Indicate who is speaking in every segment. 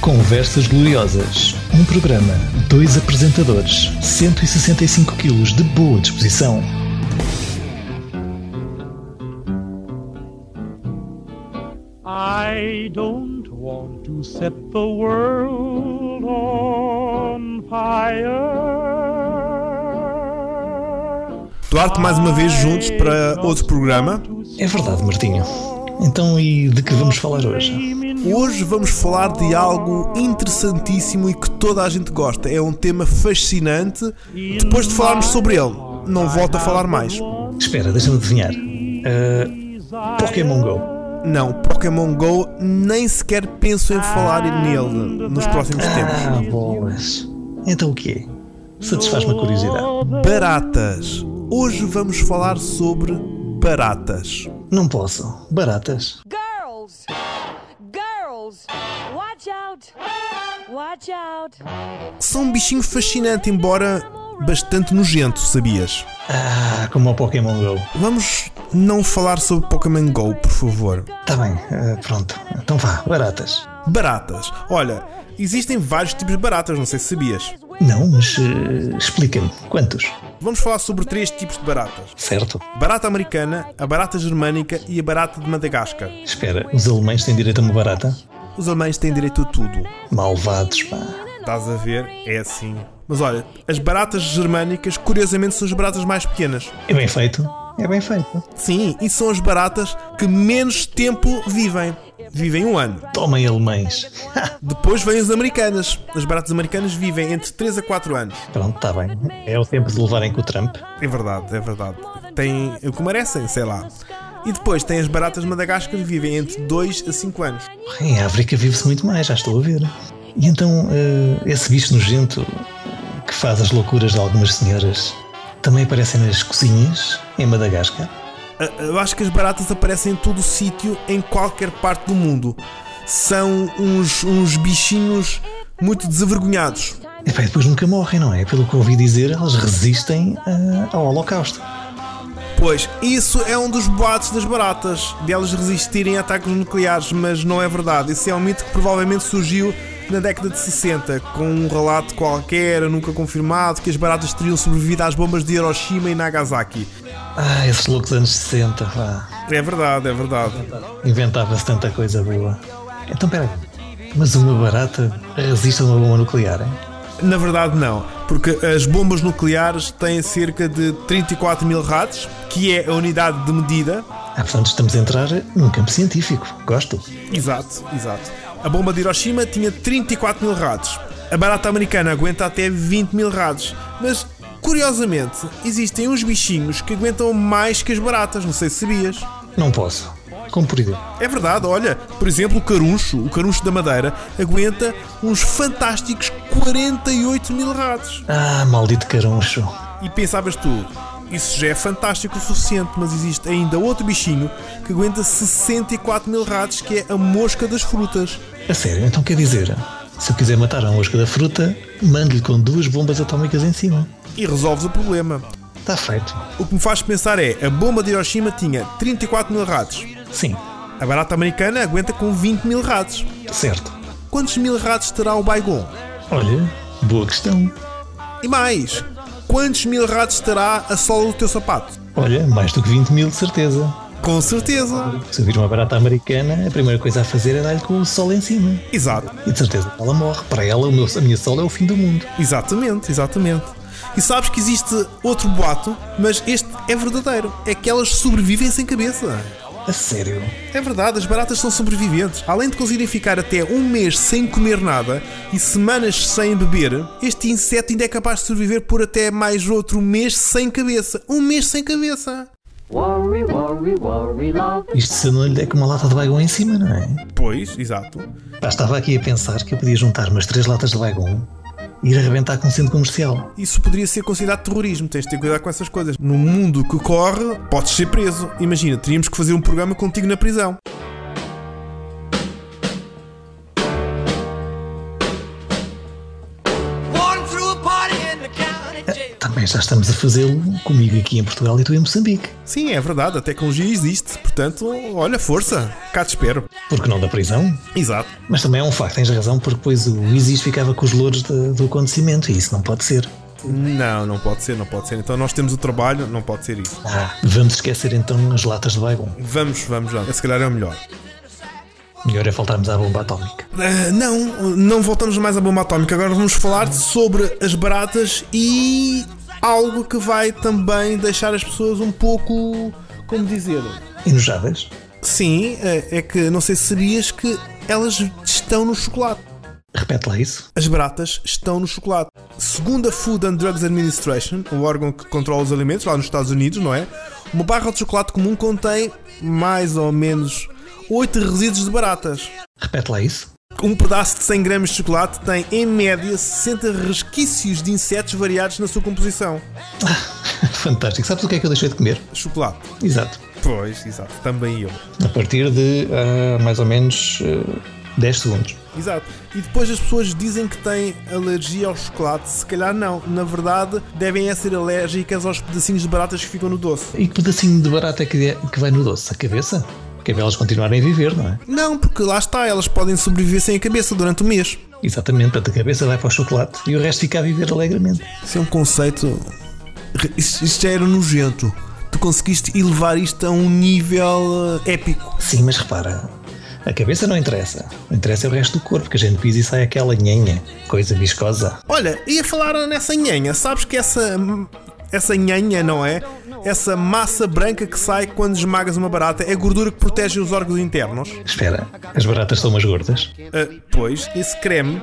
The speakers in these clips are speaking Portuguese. Speaker 1: Conversas Gloriosas. Um programa, dois apresentadores, 165 quilos de boa disposição.
Speaker 2: I don't want to set the world on fire.
Speaker 3: Duarte, mais uma vez juntos para outro programa.
Speaker 1: É verdade, Martinho. Então, e de que vamos falar hoje?
Speaker 3: Hoje vamos falar de algo interessantíssimo e que toda a gente gosta. É um tema fascinante. Depois de falarmos sobre ele, não volto a falar mais.
Speaker 1: Espera, deixa-me adivinhar. Ah, Pokémon Go.
Speaker 3: Não, Pokémon Go nem sequer penso em falar nele nos próximos tempos.
Speaker 1: Ah, bolas. Então o quê? Satisfaz-me a curiosidade.
Speaker 3: Baratas. Hoje vamos falar sobre baratas.
Speaker 1: Não posso. Baratas.
Speaker 4: Girls! Girls! Watch out! Watch out!
Speaker 3: São um bichinho fascinante, embora bastante nojento, sabias?
Speaker 1: Ah, como o Pokémon Go.
Speaker 3: Vamos não falar sobre Pokémon Go, por favor.
Speaker 1: Tá bem, ah, pronto. Então vá, baratas.
Speaker 3: Baratas. Olha, existem vários tipos de baratas, não sei se sabias.
Speaker 1: Não, mas eh, explica-me. Quantos?
Speaker 3: Vamos falar sobre três tipos de baratas:
Speaker 1: Certo?
Speaker 3: barata americana, a barata germânica e a barata de Madagascar.
Speaker 1: Espera, os alemães têm direito a uma barata?
Speaker 3: Os alemães têm direito a tudo.
Speaker 1: Malvados, pá.
Speaker 3: Estás a ver? É assim. Mas olha, as baratas germânicas, curiosamente, são as baratas mais pequenas.
Speaker 1: É bem feito? É bem feito.
Speaker 3: Sim, e são as baratas que menos tempo vivem. Vivem um ano.
Speaker 1: Tomem alemães.
Speaker 3: Depois vêm as americanas. As baratas americanas vivem entre 3 a 4 anos.
Speaker 1: Pronto, está bem. É o tempo de levarem com o Trump.
Speaker 3: É verdade, é verdade. Tem o que merecem, sei lá. E depois tem as baratas de Madagascar que vivem entre 2 a 5 anos.
Speaker 1: Em África vive-se muito mais, já estou a ver. E então, eh, esse bicho nojento que faz as loucuras de algumas senhoras também aparece nas cozinhas em Madagascar?
Speaker 3: Ah, Eu acho que as baratas aparecem em todo o sítio, em qualquer parte do mundo. São uns, uns bichinhos muito desavergonhados.
Speaker 1: Epá, E depois nunca morrem, não é? Pelo que ouvi dizer, elas resistem ah, ao Holocausto.
Speaker 3: Pois, isso é um dos boatos das baratas, delas resistirem a ataques nucleares, mas não é verdade. Isso é um mito que provavelmente surgiu na década de 60, com um relato qualquer, nunca confirmado, que as baratas teriam sobrevivido às bombas de Hiroshima e Nagasaki.
Speaker 1: Ah, esses loucos anos 60, vá.
Speaker 3: É verdade, é verdade.
Speaker 1: Inventava-se tanta coisa boa. Então, peraí. Mas uma barata resiste a uma bomba nuclear, hein?
Speaker 3: Na verdade, não, porque as bombas nucleares têm cerca de 34 mil ratos, que é a unidade de medida.
Speaker 1: Ah, portanto, estamos a entrar num campo científico. Gosto.
Speaker 3: Exato, exato. A bomba de Hiroshima tinha 34 mil ratos. A barata americana aguenta até 20 mil ratos. Mas, curiosamente, existem uns bichinhos que aguentam mais que as baratas, não sei se sabias.
Speaker 1: Não posso. Como por exemplo.
Speaker 3: É verdade, olha, por exemplo, o caruncho, o caruncho da Madeira, aguenta uns fantásticos 48 mil ratos.
Speaker 1: Ah, maldito caruncho.
Speaker 3: E pensavas tu, isso já é fantástico o suficiente, mas existe ainda outro bichinho que aguenta 64 mil ratos, que é a mosca das frutas.
Speaker 1: A sério, então quer dizer, se eu quiser matar a mosca da fruta, mando-lhe com duas bombas atómicas em cima.
Speaker 3: E resolves o problema.
Speaker 1: Está feito.
Speaker 3: O que me faz pensar é, a bomba de Hiroshima tinha 34 mil ratos.
Speaker 1: Sim,
Speaker 3: A barata americana aguenta com 20 mil ratos.
Speaker 1: certo.
Speaker 3: Quantos mil ratos terá o Baigon?
Speaker 1: Olha, boa questão.
Speaker 3: E mais, quantos mil ratos terá a sola do teu sapato?
Speaker 1: Olha, mais do que 20 mil de certeza.
Speaker 3: Com certeza.
Speaker 1: Se eu vir uma barata americana, a primeira coisa a fazer é dar-lhe com o sol em cima.
Speaker 3: Exato.
Speaker 1: E de certeza ela morre. Para ela, o meu, a minha sol é o fim do mundo.
Speaker 3: Exatamente, exatamente. E sabes que existe outro boato, mas este é verdadeiro. É que elas sobrevivem sem cabeça.
Speaker 1: A sério.
Speaker 3: É verdade, as baratas são sobreviventes. Além de conseguirem ficar até um mês sem comer nada e semanas sem beber, este inseto ainda é capaz de sobreviver por até mais outro mês sem cabeça. Um mês sem cabeça!
Speaker 5: Worry, worry, worry, love.
Speaker 1: Isto se eu não lhe der com uma lata de baigão em cima, não é?
Speaker 3: Pois, exato.
Speaker 1: Pá, estava aqui a pensar que eu podia juntar umas três latas de baigão e ir arrebentar com um centro comercial.
Speaker 3: Isso poderia ser considerado terrorismo, tens de ter cuidado com essas coisas. No mundo que corre, podes ser preso. Imagina, teríamos que fazer um programa contigo na prisão.
Speaker 6: Born through a party in the county jail.
Speaker 1: Também já estamos a fazê-lo comigo aqui em Portugal e tu em Moçambique.
Speaker 3: Sim, é verdade, a tecnologia existe, portanto, olha, força, cá te espero.
Speaker 1: Porque não da prisão?
Speaker 3: Exato.
Speaker 1: Mas também é um facto, tens razão, porque depois o Isis ficava com os louros de- do acontecimento e isso não pode ser.
Speaker 3: Não, não pode ser, não pode ser. Então nós temos o trabalho, não pode ser isso.
Speaker 1: Ah, vamos esquecer então as latas de Baygon.
Speaker 3: Vamos, vamos lá. Se calhar é o melhor.
Speaker 1: Melhor é faltarmos à bomba atómica.
Speaker 3: Ah, não, não voltamos mais à bomba atómica. Agora vamos falar sobre as baratas e algo que vai também deixar as pessoas um pouco. Como dizer?
Speaker 1: Enojadas?
Speaker 3: Sim, é é que não sei se sabias que elas estão no chocolate.
Speaker 1: Repete lá isso.
Speaker 3: As baratas estão no chocolate. Segundo a Food and Drugs Administration, o órgão que controla os alimentos lá nos Estados Unidos, não é? Uma barra de chocolate comum contém mais ou menos 8 resíduos de baratas.
Speaker 1: Repete lá isso.
Speaker 3: Um pedaço de 100 gramas de chocolate tem, em média, 60 resquícios de insetos variados na sua composição.
Speaker 1: Fantástico. Sabes o que é que eu deixei de comer?
Speaker 3: Chocolate.
Speaker 1: Exato.
Speaker 3: Pois, exato. Também eu.
Speaker 1: A partir de ah, mais ou menos ah, 10 segundos.
Speaker 3: Exato. E depois as pessoas dizem que têm alergia ao chocolate. Se calhar não. Na verdade, devem é ser alérgicas aos pedacinhos de baratas que ficam no doce.
Speaker 1: E que pedacinho de barato é que, é- que vai no doce? A cabeça? Porque é para elas continuarem a viver, não é?
Speaker 3: Não, porque lá está, elas podem sobreviver sem a cabeça durante o mês.
Speaker 1: Exatamente, portanto a cabeça vai para o chocolate e o resto fica a viver alegremente.
Speaker 3: Isso é um conceito. Isto, isto já era nojento. Tu conseguiste elevar isto a um nível eh, épico.
Speaker 1: Sim, mas repara, a cabeça não interessa. O interessa é o resto do corpo, que a gente pisa e sai aquela nhenha, coisa viscosa.
Speaker 3: Olha, ia falar nessa nhanha. Sabes que essa. Essa nhanha, não é? Essa massa branca que sai quando esmagas uma barata é gordura que protege os órgãos internos.
Speaker 1: Espera, as baratas são umas gordas?
Speaker 3: Ah, pois, esse creme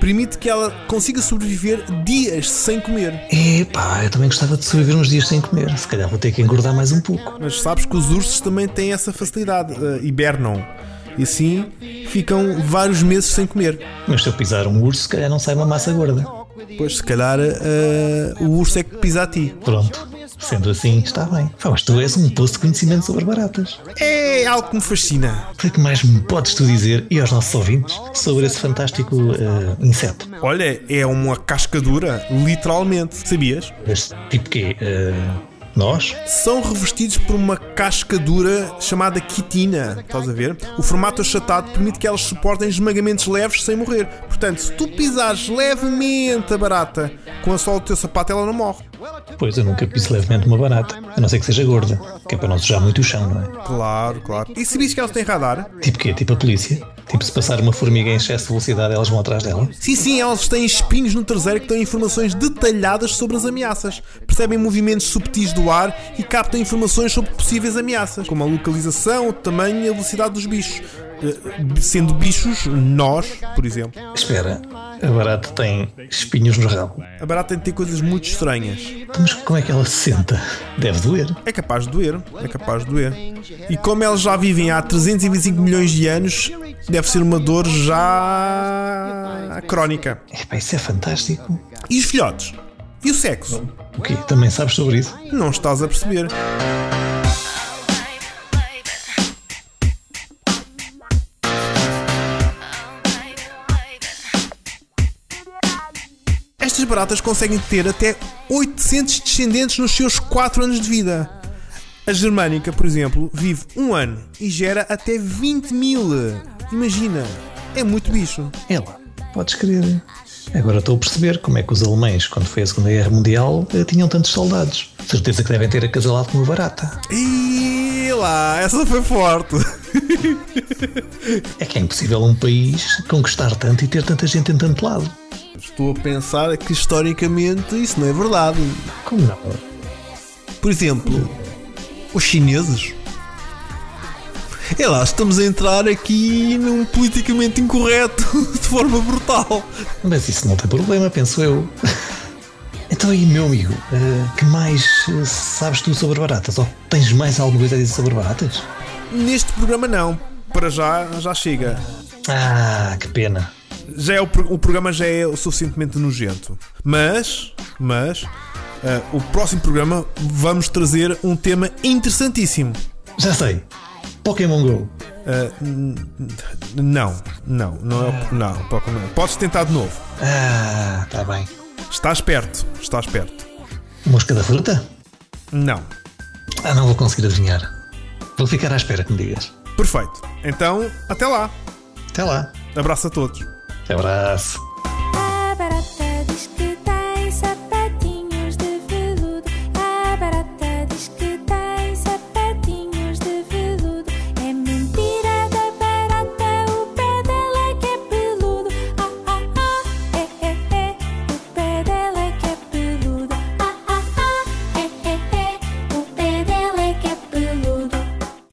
Speaker 3: permite que ela consiga sobreviver dias sem comer.
Speaker 1: Epá, eu também gostava de sobreviver uns dias sem comer. Se calhar vou ter que engordar mais um pouco.
Speaker 3: Mas sabes que os ursos também têm essa facilidade, ah, hibernam. E assim ficam vários meses sem comer.
Speaker 1: Mas se eu pisar um urso, se calhar não sai uma massa gorda.
Speaker 3: Pois, se calhar, ah, o urso é que pisa a ti.
Speaker 1: Pronto, sendo assim, está bem. Pá, mas tu és um poço de conhecimento sobre baratas.
Speaker 3: É algo que me fascina.
Speaker 1: O que é que mais me podes tu dizer, e aos nossos ouvintes, sobre esse fantástico eh, inseto?
Speaker 3: Olha, é uma casca dura, literalmente. Sabias?
Speaker 1: Este tipo que é nós?
Speaker 3: são revestidos por uma casca dura chamada quitina. Estás a ver? O formato achatado permite que elas suportem esmagamentos leves sem morrer. Portanto, se tu pisares levemente a barata com a sola do teu sapato, ela não morre.
Speaker 1: Pois eu nunca piso levemente uma barata, a não ser que seja gorda, que é para não sujar muito o chão, não é?
Speaker 3: Claro, claro. E sabias que elas têm radar?
Speaker 1: Tipo quê? Tipo a polícia? Tipo se passar uma formiga em excesso de velocidade, elas vão atrás dela?
Speaker 3: Sim, sim, elas têm espinhos no traseiro que dão informações detalhadas sobre as ameaças. Percebem movimentos subtis do ar e captam informações sobre possíveis ameaças, como a localização, o tamanho e a velocidade dos bichos. Eh, Sendo bichos, nós, por exemplo.
Speaker 1: Espera, a barata tem espinhos no rabo.
Speaker 3: A barata tem de ter coisas muito estranhas.
Speaker 1: Então, Mas como é que ela se senta? Deve doer.
Speaker 3: É capaz de doer, é capaz de doer. E como elas já vivem há 325 milhões de anos, deve ser uma dor já crónica.
Speaker 1: Epá, isso é fantástico.
Speaker 3: E os filhotes? E o sexo?
Speaker 1: O quê? Também sabes sobre isso?
Speaker 3: Não estás a perceber. Estas baratas conseguem ter até 800 descendentes nos seus 4 anos de vida. A germânica, por exemplo, vive um ano e gera até 20 mil. Imagina, é muito bicho.
Speaker 1: Ela. Podes crer. Agora estou a perceber como é que os alemães, quando foi a Segunda Guerra Mundial, eh, tinham tantos soldados. Certeza que devem ter acasalado com uma barata.
Speaker 3: E lá, essa foi forte.
Speaker 1: É que é impossível um país conquistar tanto e ter tanta gente em tanto lado.
Speaker 3: Estou a pensar que historicamente isso não é verdade.
Speaker 1: Como não?
Speaker 3: Por exemplo, os chineses. É lá, estamos a entrar aqui num politicamente incorreto de forma brutal.
Speaker 1: Mas isso não tem problema, penso eu. Então aí, meu amigo, eh, que mais eh, sabes tu sobre baratas? Ou tens mais alguma coisa a dizer sobre baratas?
Speaker 3: Neste programa não. Para já, já chega.
Speaker 1: Ah, que pena.
Speaker 3: Já é o, pro- o programa já é o suficientemente nojento. Mas, mas, ah, o próximo programa vamos trazer um tema interessantíssimo.
Speaker 1: Já sei. Pokémon Go.
Speaker 3: Ah, n- n- não, não, não é o, não, Pokémon. Podes tentar de novo.
Speaker 1: Ah, tá bem.
Speaker 3: Estás perto, estás perto.
Speaker 1: Mosca da fruta?
Speaker 3: Não.
Speaker 1: Ah, não vou conseguir adivinhar. Vou ficar à espera que me digas.
Speaker 3: Perfeito. Então, até lá.
Speaker 1: Até lá.
Speaker 3: Abraço a todos.
Speaker 1: Abraço.